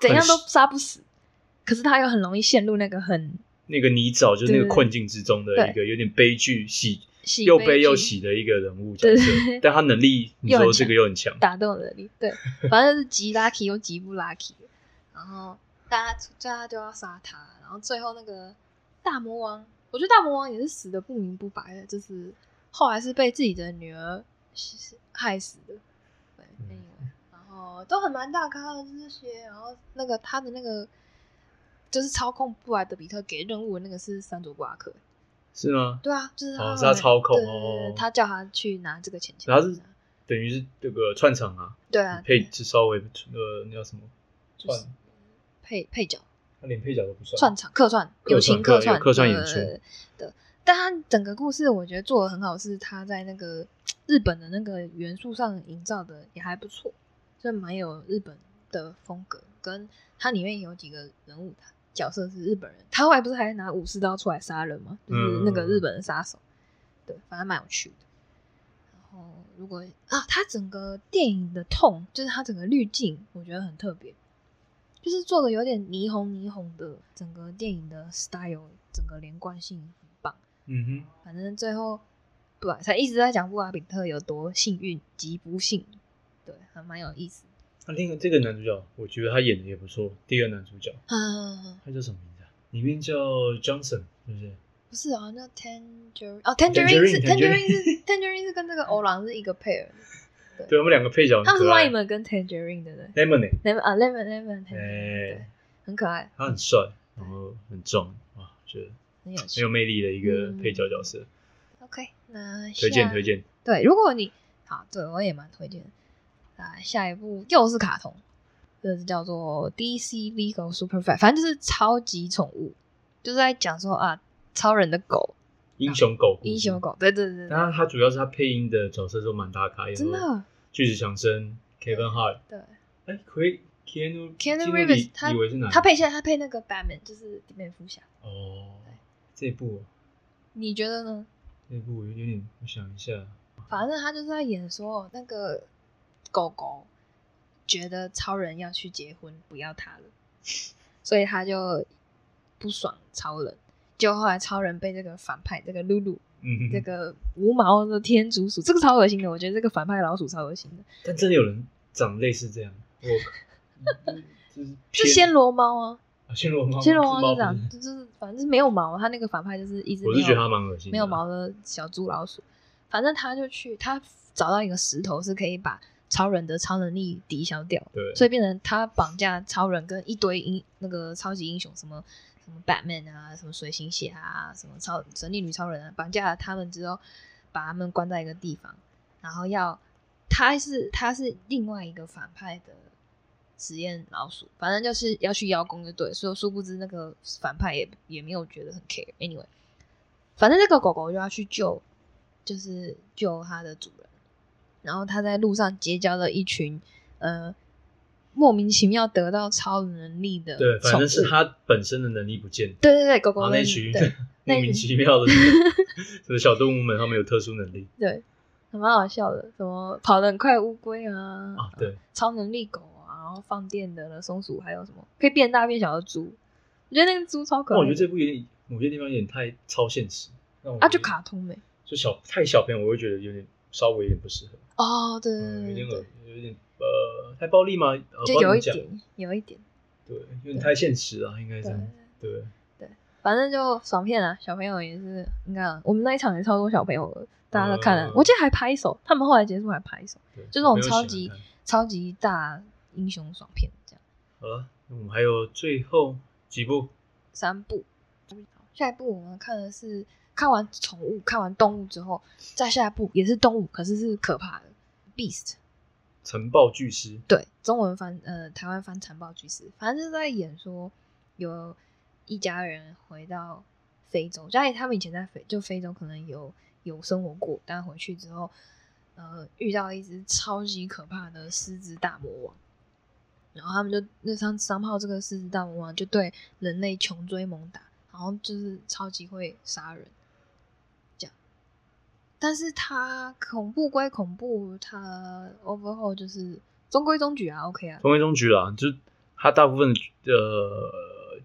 A: 怎样都杀不死，可是他又很容易陷入那个很
B: 那个泥沼，就是那
A: 对
B: 个困境之中的
A: 对
B: 一个有点悲剧喜
A: 喜
B: 又
A: 悲
B: 悲又
A: 剧
B: 喜的一个人物角
A: 对
B: 色，但他能力你
A: 又很
B: 说这个又很强，
A: 打动能力，对，反正是极 lucky 又极不 lucky，然后大家大家都要杀他，啊然后最后那个大魔王，我觉得大魔王也是死的不明不白的，就是后来是被自己的女儿害死的，对
B: 嗯
A: ，anyway，然后都很蛮大咖的这些，然后那个他的那个就是操控布莱德比特给任务的那个是山卓布拉克，
B: 是吗？
A: 对啊，就是他
B: 哦
A: 后来、
B: 是他操控
A: 对对对
B: 哦
A: 他叫他去拿这个钱钱，
B: 然后是等于是这个串场啊，
A: 对啊，
B: 配置稍微呃那叫什么
A: 就是
B: 串，
A: 配配角。
B: 他连配角都不算，
A: 串场客串，
B: 客
A: 友情
B: 串客
A: 串，
B: 有客串
A: 对
B: 演出
A: 的。但他整个故事我觉得做的很好，是他在那个日本的那个元素上营造的也还不错，就蛮有日本的风格。跟它里面有几个人物角色是日本人，他后来不是还拿武士刀出来杀人吗？就是那个日本的杀手，对，反正蛮有趣的。然后如果啊，它整个电影的痛，就是它整个滤镜，我觉得很特别，就是做的有点霓虹霓虹的，整个电影的 style，整个连贯性很棒。
B: 嗯
A: 反正最后不管，他一直在讲布拉比特有多幸运及不幸，对，还蛮有意思。
B: 哼，那另一个这个男主角，我觉得他演的也不错，第二男主角
A: 嗯，
B: 他叫什么名字啊？里面叫 Johnson，是不是？
A: 不是啊，那 tangerine 哦，tangerine 是
B: Tangerine，
A: tangerine 是 [laughs] tangerine 是跟这个欧郎是一个 pair，
B: 对他们两个配角
A: 他
B: 很
A: 们是
B: 可爱
A: lemon 跟 tangerine 对不对
B: ，Lemon 欸
A: ？lemon 啊 lemon lemon tangerine 对
B: 哎，，
A: 很可爱，
B: 他很帅，然后很壮，哇，觉得
A: 很有
B: 很
A: 趣
B: 有。魅力的一个
A: 嗯啊
B: 配角角色，
A: OK，那
B: 推荐
A: 下
B: 推荐。
A: 对，如果你好，对我也蛮推荐的。啊，下一部又是卡通，这是叫做 DC Lego Super Pet，反正就是超级宠物，就是在讲说啊，超人的狗
B: 英雄狗故事啊
A: 英雄，狗，对对对对，
B: 但他主要是他配音的角色都蛮大咖，
A: 真的，哦
B: 巨石强森、Kevin Hart，
A: 对
B: 哎，奎
A: ，Keanu
B: Keanu Keanu
A: Reeves，
B: 以
A: 他
B: 以为是哪一
A: 他配现在他配那个 Batman，就是蝙蝠侠，
B: 哦，这部
A: 你觉得呢？
B: 这部有点，我想一下，
A: 反正他就是在演说那个狗狗觉得超人要去结婚，不要他了，所以他就不爽超人。就后来超人被这个反派这个露露
B: 嗯，
A: 这个无毛的天竺鼠，这个超恶心的，我觉得这个反派老鼠超恶心的，
B: 但真的有人长类似这样，
A: [laughs]
B: 我嗯就是
A: 就
B: 偏
A: 暹罗猫啊，
B: 啊暹罗猫，
A: 暹罗
B: 是
A: 猫就这
B: 猫不
A: 样，就是反正是没有毛，啊他那个反派就是一直
B: 是我
A: 没
B: 是
A: 有
B: 觉得它蛮恶心的，
A: 没有毛的小猪老鼠，反正他就去他找到一个石头是可以把超人的超能力抵消掉，
B: 对，
A: 所
B: 以
A: 以变成他绑架超人跟一堆英那个超级英雄，什么什么 Batman 啊，什么水行侠啊，什么超神力女超人啊，绑架了他们之后，把他们关在一个地方，然后要他是他是另外一个反派的实验老鼠，反正就是要去邀功就对了，所以殊不知那个反派也也没有觉得很 care。Anyway，反正那个狗狗就要去救，就是救它的主人，然后它在路上结交了一群呃莫名其妙得到超能力的
B: 对，反
A: 宠
B: 正是
A: 物
B: 它本身的能力不见，
A: 对对对，狗
B: 然
A: 狗
B: 后
A: 的
B: 那群 [laughs]
A: 对那
B: 莫名其妙的
A: [laughs]
B: 就是小动物们，它们有特殊能力
A: 对，还蛮好笑的，什么跑得很快乌龟啊，
B: 啊，对，
A: 超能力狗啊，然后放电的松鼠，还有什么可以变大变小的猪，我觉得那个猪超可
B: 那
A: 爱。
B: 我觉得这部有点某些地方有点太超现实，让我
A: 啊，
B: 有
A: 就
B: 点
A: 卡通呗、
B: 就小太小朋友，我会觉得有点稍微有点不适合，
A: 哦，对
B: 嗯，
A: 对对
B: 有点
A: 对
B: 恶，有点呃太暴力吗？呃
A: 就有一，
B: 不知道怎么
A: 点，有一点，
B: 讲对，有点太现实了，应该这
A: 对，
B: 样，对。
A: 反正就爽片啊，小朋友也是，应该我们那一场也超多小朋友的，大家都看了，
B: 嗯
A: 我记得还拍手，他们后来结束还拍手，
B: 对
A: 就这种
B: 没有
A: 超
B: 啊喜欢
A: 级
B: 看
A: 超级大英雄爽片这样，
B: 好了，那我们还有最后几部，
A: 三部。下一部我们看的是看完宠物、看完动物之后，再下一部也是动物，可是是可怕的 Beast。
B: 《晨暴巨师》
A: 对，中文翻呃台湾翻《残暴巨石》，反正就是在演说有一家人回到非洲，家里他们以前在非就非洲可能有有生活过，但回去之后，呃，遇到一只超级可怕的狮子大魔王，然后他们就那商商炮这个狮子大魔王就对人类穷追猛打，然后就是超级会杀人，这样。但是它恐怖归恐怖，它 overhaul 就是中规中矩啊，OK 啊，
B: 中规中矩啦，就是它大部分的呃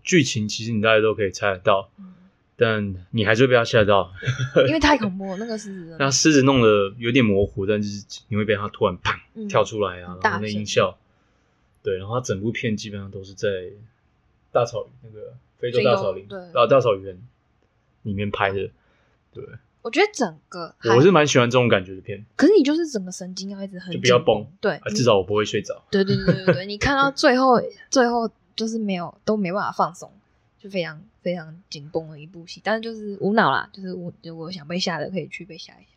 B: 剧情，其实你大家都可以猜得到，
A: 嗯
B: 但你还是会被它吓到。
A: 因为太恐怖了，那个狮子真的
B: 那狮子弄得有点模糊，但是你会被它突然砰
A: 嗯
B: 跳出来啊
A: 很，
B: 然
A: 大
B: 后那
A: 声
B: 音效，对，然后它整部片基本上都是在大草原那个非洲
A: 非
B: 大
A: 洲
B: 草林
A: 对
B: 啊大草原里面拍的，对
A: 我觉得整个还
B: 我是蛮喜欢这种感觉的片，
A: 可是你就是整个神经要一直很
B: 就不要
A: 紧绷
B: 崩，
A: 对，
B: 啊，
A: 你
B: 至少我不会睡着。
A: 对对对对对对，你看到最后最后就是没有都没办法放松，就非常非常紧绷的一部戏，但是就是无脑啦，就是我如果想被吓的可以去被吓一下。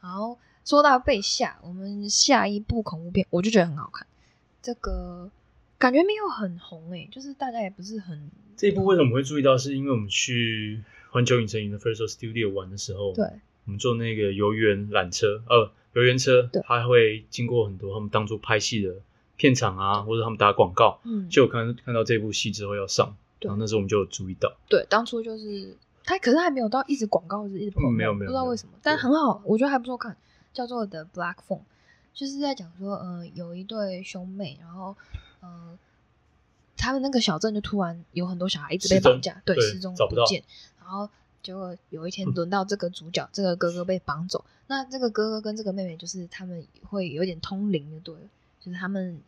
A: 然后说到被吓，我们下一部恐怖片我就觉得很好看，这个感觉没有很红诶、就是大家也不是很
B: 这一部为什么会注意到？是因为我们去环球影城 Universal Studio 玩的时候，
A: 对，
B: 我们坐那个游园缆车，呃，游园车
A: 对，
B: 它会经过很多他们当初拍戏的片场啊，或者他们打广告，
A: 嗯，
B: 就有看看到这部戏之后要上，
A: 对
B: 然后那时候我们就有注意到，
A: 对，当初就是他，可是还没有到一直广告是一直
B: 嗯
A: promote，
B: 没有没有
A: 不知道为什么，但很好，我觉得还不错看，叫做 The Black Phone，就是在讲说，嗯、有一对兄妹，然后，嗯、他们那个小镇就突然有很多小孩一直被
B: 失踪
A: 绑架，对，
B: 对
A: 失踪
B: 找不到嗯
A: 见，然后结果有一天轮到这个主角，这个哥哥被绑走，那这个哥哥跟这个妹妹就是他们会有点通灵，就对了，就是他们。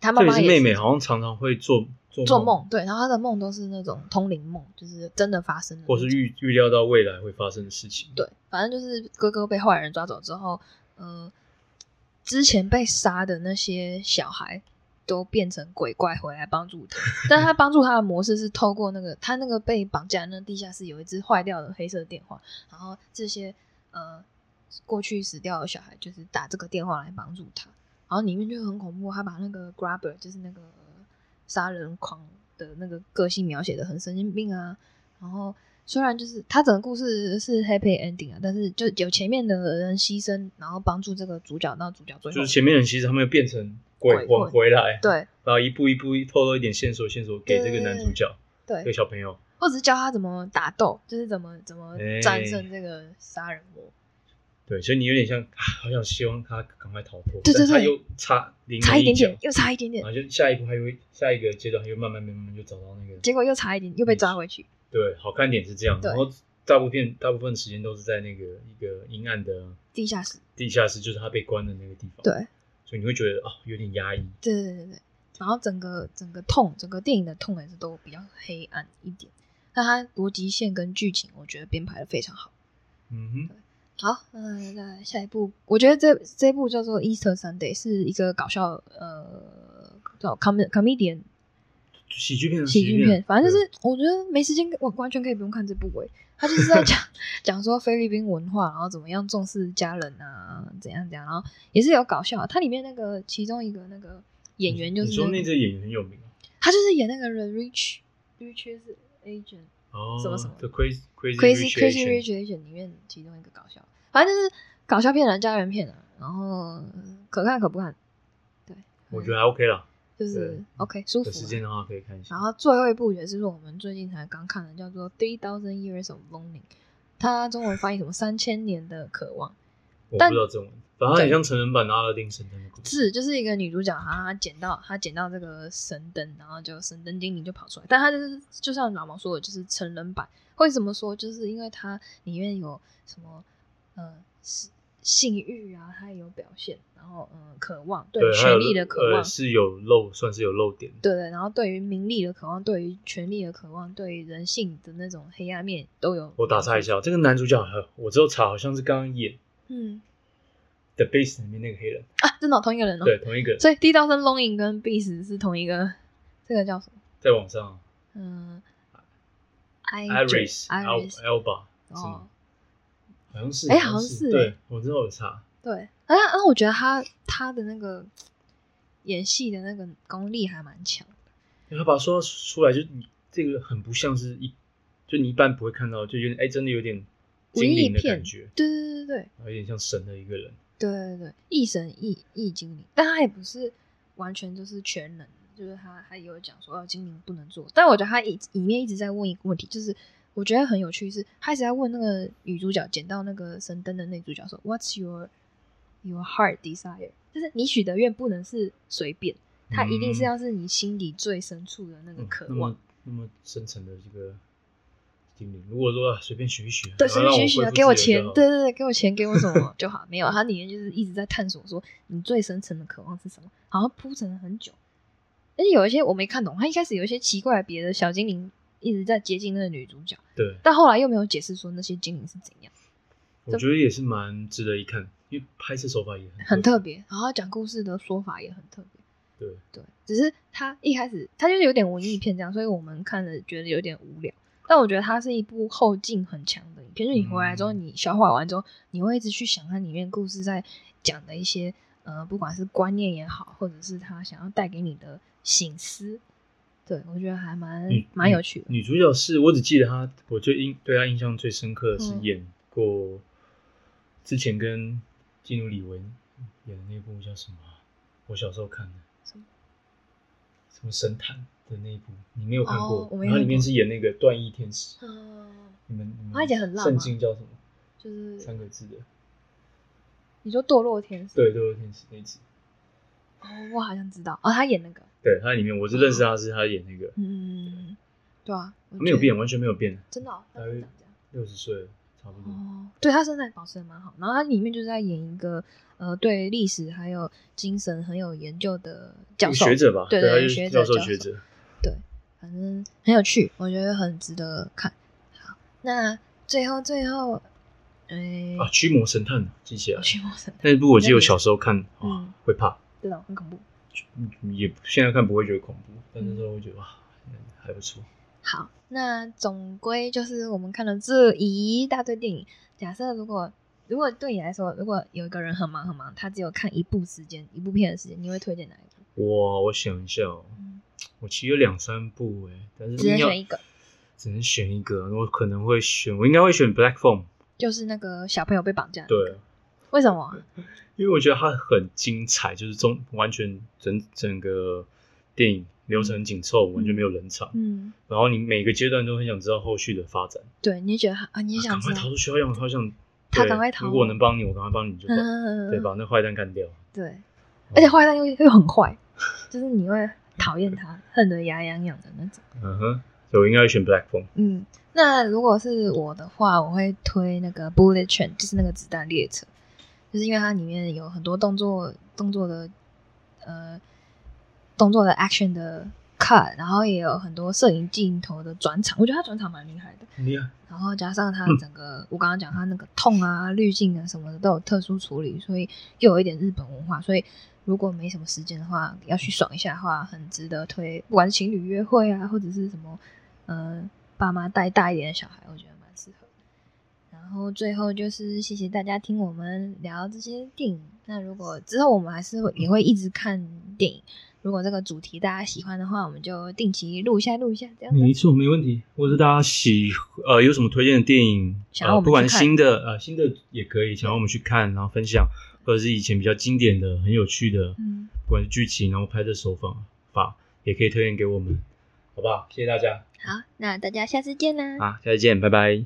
A: 他妈
B: 特别
A: 妈
B: 是
A: 也
B: 妹妹好像常常会做做
A: 做梦，对，然后他的梦都是那种通灵梦，就是真的发生的那种，
B: 或是预预料到未来会发生的事情，
A: 嗯对，反正就是哥哥被坏人抓走之后，呃，之前被杀的那些小孩都变成鬼怪回来帮助他，但他帮助他的模式是透过那个他那个被绑架的那地下室有一只坏掉的黑色电话，然后这些呃过去死掉的小孩就是打这个电话来帮助他，然后里面就很恐怖，他把那个 grabber 就是那个杀人狂的那个个性描写的很神经病啊，然后虽然就是他整个故事是 happy ending 啊，但是就有前面的人牺牲，然后帮助这个主角，到主角最后
B: 就是前面人其实他们又变成鬼
A: 鬼
B: 魂
A: 魂
B: 回来，
A: 对
B: 然后一步一步透露一点线索，线索给这个男主角，
A: 对
B: 这个小朋友。
A: 或者是教他怎么打斗，就是怎么怎么
B: 哎
A: 战胜这个杀人魔。
B: 对，所以你有点像，啊好想希望他赶快逃脱，
A: 对对
B: 但他
A: 对
B: 又差零
A: 差一点
B: 角
A: 点，又差一点点
B: 然，后就下一步还会下一个阶段，他又慢慢慢慢就找到那个
A: 结果又差一点，又被抓回去。
B: 对好看点是这样，
A: 对
B: 然后大部分大部分时间都是在那个一个阴暗的
A: 地下室，
B: 地下室，就是他被关的那个地方，
A: 对，
B: 所以你会觉得哦有点压抑，
A: 对对对对。然后整个整个痛，整个电影的痛也是都比较黑暗一点。但它逻辑线跟剧情，我觉得编排的非常好。
B: 嗯哼，
A: 好，那再来下一部，我觉得这这部叫做《Easter Sunday》，是一个搞笑呃叫 com comedian
B: 喜剧片啊
A: 喜剧片，反正就
B: 对
A: 是我觉得没时间，我完全可以不用看这部诶、他就是在
B: [laughs]
A: 讲讲说菲律宾文化，然后怎么样重视家人啊，怎样怎样，然后也是有搞笑。啊它里面那个其中一个那个演员就是、
B: 你说那
A: 个
B: 个演员很有名啊
A: 他就是演那个人 Rich Rich is Agent
B: 哦，
A: 什么什么
B: The Crazy Crazy
A: Crazy Crazy
B: Rich Asian
A: Rich 嗯 Asian 里面其中一个搞笑，反正就是搞笑片啊，家人片啊，然后嗯可看可不看，对，
B: 我觉得还 OK 啦，
A: 就
B: 对
A: 是 OK 舒服
B: 有
A: 啊、
B: 时间的话可以看一下。
A: 然后最后一部也是我们最近才刚看的，叫做《Three Thousand Years of Longing》，它中文翻译什么“三千年的渴望
B: 我
A: 但
B: 不知道中文，反正它很像成人版的阿拉丁神灯的故”，事。
A: 是就是一个女主角，她捡到她捡到这个神灯，然后就神灯精灵就跑出来，但她就是就像老毛说的，就是成人版。为什么说？就是因为它里面有什么呃是性欲啊，它也有表现，然后嗯、呃渴望对
B: 对，还有
A: 权力的渴
B: 呃
A: 望，
B: 是有漏，算是有漏点。
A: 对对，然后对于名利的渴望，对于权力的渴望，对于人性的那种黑暗面都有。
B: 我打岔一，下哦，这个男主角，呃我之后查好像是刚刚演《
A: 嗯
B: The Base》里面那个黑人，
A: 啊，真的哦同一个人哦。
B: 对，，同一个，
A: 所以《地道生 Longing》跟《Beast》是同一个，这个叫什么？
B: 在网上
A: 嗯，Iris
B: ，Iris Al
A: Iris
B: Alba 是
A: 哦
B: 吗？，好像是，
A: 哎
B: 像
A: 好像
B: 是，
A: 是
B: 对
A: 哎
B: 我之后有查，
A: 对，啊啊，我觉得他他的那个演戏的那个功力还蛮强的。
B: 因为他把它说出来，就你这个很不像是一，就你一般不会看到，就有点哎，真的有点精
A: 文艺
B: 灵的感
A: 片
B: 觉，
A: 对对对对
B: 然后有点像神的一个人。
A: 对对对，异神异异精灵，但他也不是完全就是全能，就是他还有讲说哦，精灵不能做，但我觉得他一里面一直在问一个问题，就是我觉得很有趣是，他一直在问那个女主角捡到那个神灯的那主角说，What's your your heart desire？就是你许的愿不能是随便，它一定是要是你心底最深处的那个
B: 嗯
A: 渴
B: 那
A: 望。
B: 么那么深层的这个精灵，如果说啊随便许一许，
A: 对，
B: 然
A: 随
B: 后让
A: 便
B: 我
A: 许许
B: 恢
A: 啊，
B: 复
A: 给我
B: 自由
A: 钱
B: 就，好
A: 对对对，给我钱，给我什
B: [laughs]
A: 么就好，没有，它里面就是一直在探索说你最深层的渴望是什么，好像铺陈了很久，而且有一些我没看懂，它一开始有一些奇怪的别的小精灵一直在接近那个女主角，
B: 对，
A: 但后来又没有解释说那些精灵是怎样，
B: 我觉得也是蛮值得一看，因为拍摄手法也很
A: 很特别，然后讲故事的说法也很特别，
B: 对，
A: 对，只是它一开始它就是有点文艺片这样，所以我们看了觉得有点无聊。但我觉得它是一部后劲很强的影片，就是你回来之后，
B: 嗯
A: 你消化完之后，你会一直去想它里面故事在讲的一些呃，不管是观念也好，或者是他想要带给你的醒思，对我觉得还蛮
B: 嗯
A: 蛮有趣的。
B: 女主角是我只记得她，我最印对她印象最深刻的是
A: 嗯
B: 演过之前跟基努里维演的那部叫什么啊？我小时候看的
A: 什么
B: 什么神探的那一部，你没有看过？
A: 哦我没
B: 然后里
A: 看
B: 面
A: 过
B: 是演那个断翼天使，
A: 嗯，
B: 你们你们
A: 她以前很辣
B: 圣
A: 吗
B: 经叫什么？
A: 就是
B: 三个字的，
A: 你说堕落天使，
B: 对，都有天使那一集。
A: 哦，我好像知道，哦，他演那个，
B: 对，他里面我是认识他是他演那个，
A: 嗯，对啊，我
B: 没有
A: 觉得
B: 变，，完全没有变，
A: 真的、哦，他
B: 还
A: 真的
B: 会
A: 长这样。
B: 六十岁了差不多。
A: 哦，对他身材保持的蛮好，然后他里面就是在演一个呃对历史还有精神很有研究的
B: 一
A: 教
B: 个
A: 授，
B: 学者吧，
A: 对
B: 对，他
A: 对
B: 就
A: 学
B: 是
A: 者
B: 教授
A: 教
B: 学
A: 授
B: 者。
A: 反正很有趣，我觉得很值得看。好，那最后最后，哎、
B: 啊，驱魔神探记起来
A: 我。去陌生的，
B: 那部我记得我小时候看，哇
A: 嗯，
B: 会怕，
A: 真的很恐怖。
B: 嗯也现在看不会觉得恐怖，但那时候会觉得哇，嗯还不错。
A: 好，那总归就是我们看了这一大堆电影。假设如果如果对你来说，如果有一个人很忙很忙，他只有看一部时间一部片的时间，你会推荐哪
B: 嗯
A: 一部？
B: 哇，我想一下哦
A: 嗯，
B: 我其实有两三部哎，但是
A: 只能
B: 硬要
A: 选一个
B: 只能选一个，我可能会选，我应该会选 Black Phone。
A: 就是那个小朋友被绑架。，
B: 对，
A: 为什么？
B: 因为我觉得它很精彩，就是中完全整整个电影流程很紧凑，完全没有冷场。
A: 嗯，
B: 然后你每个阶段都很想知道后续的发展，
A: 对，你觉得他啊，你也
B: 赶
A: 想知
B: 快
A: 道
B: 逃？出去，好想好想。
A: 他
B: 对
A: 赶快逃
B: 如果我能帮你，我赶快帮你，就把、
A: 嗯，
B: 对？把那坏蛋干掉。
A: 对，而且坏蛋又又很坏， [laughs] 就是你会讨厌他，恨得牙痒痒的那种。
B: 嗯哼，所以我应该会选 Black Phone。
A: 嗯，那如果是我的话，我会推那个 Bullet Train，就是那个子弹列车，就是因为它里面有很多动作动作的呃动作的 action 的 cut，然后也有很多摄影镜头的转场，我觉得它转场蛮厉害的。
B: 厉害，
A: 然后加上它整个，我刚刚讲它那个痛啊、滤镜啊什么的都有特殊处理，所以又有一点日本文化，所以如果没什么时间的话，要去爽一下的话，很值得推。不管是情侣约会啊，或者是什么，呃，爸妈带大一点的小孩，我觉得蛮适合的。然后最后就是谢谢大家听我们聊这些电影。那如果之后我们还是会也会一直看电影，如果这个主题大家喜欢的话，我们就定期录一下录一下这样子。
B: 没错，没问题。或者大家喜呃有什么推荐的电影，
A: 想要我
B: 呃，
A: 们
B: 不管
A: 去
B: 是
A: 看
B: 新的呃新的也可以，想要我们去看，然后分享，或者是以前比较经典的、很有趣的，
A: 嗯，
B: 不管是剧情，然后拍摄手法法，也可以推荐给我们，好不好？谢谢大家
A: 好，那大家下次见啦。
B: 啊，下次见，拜拜。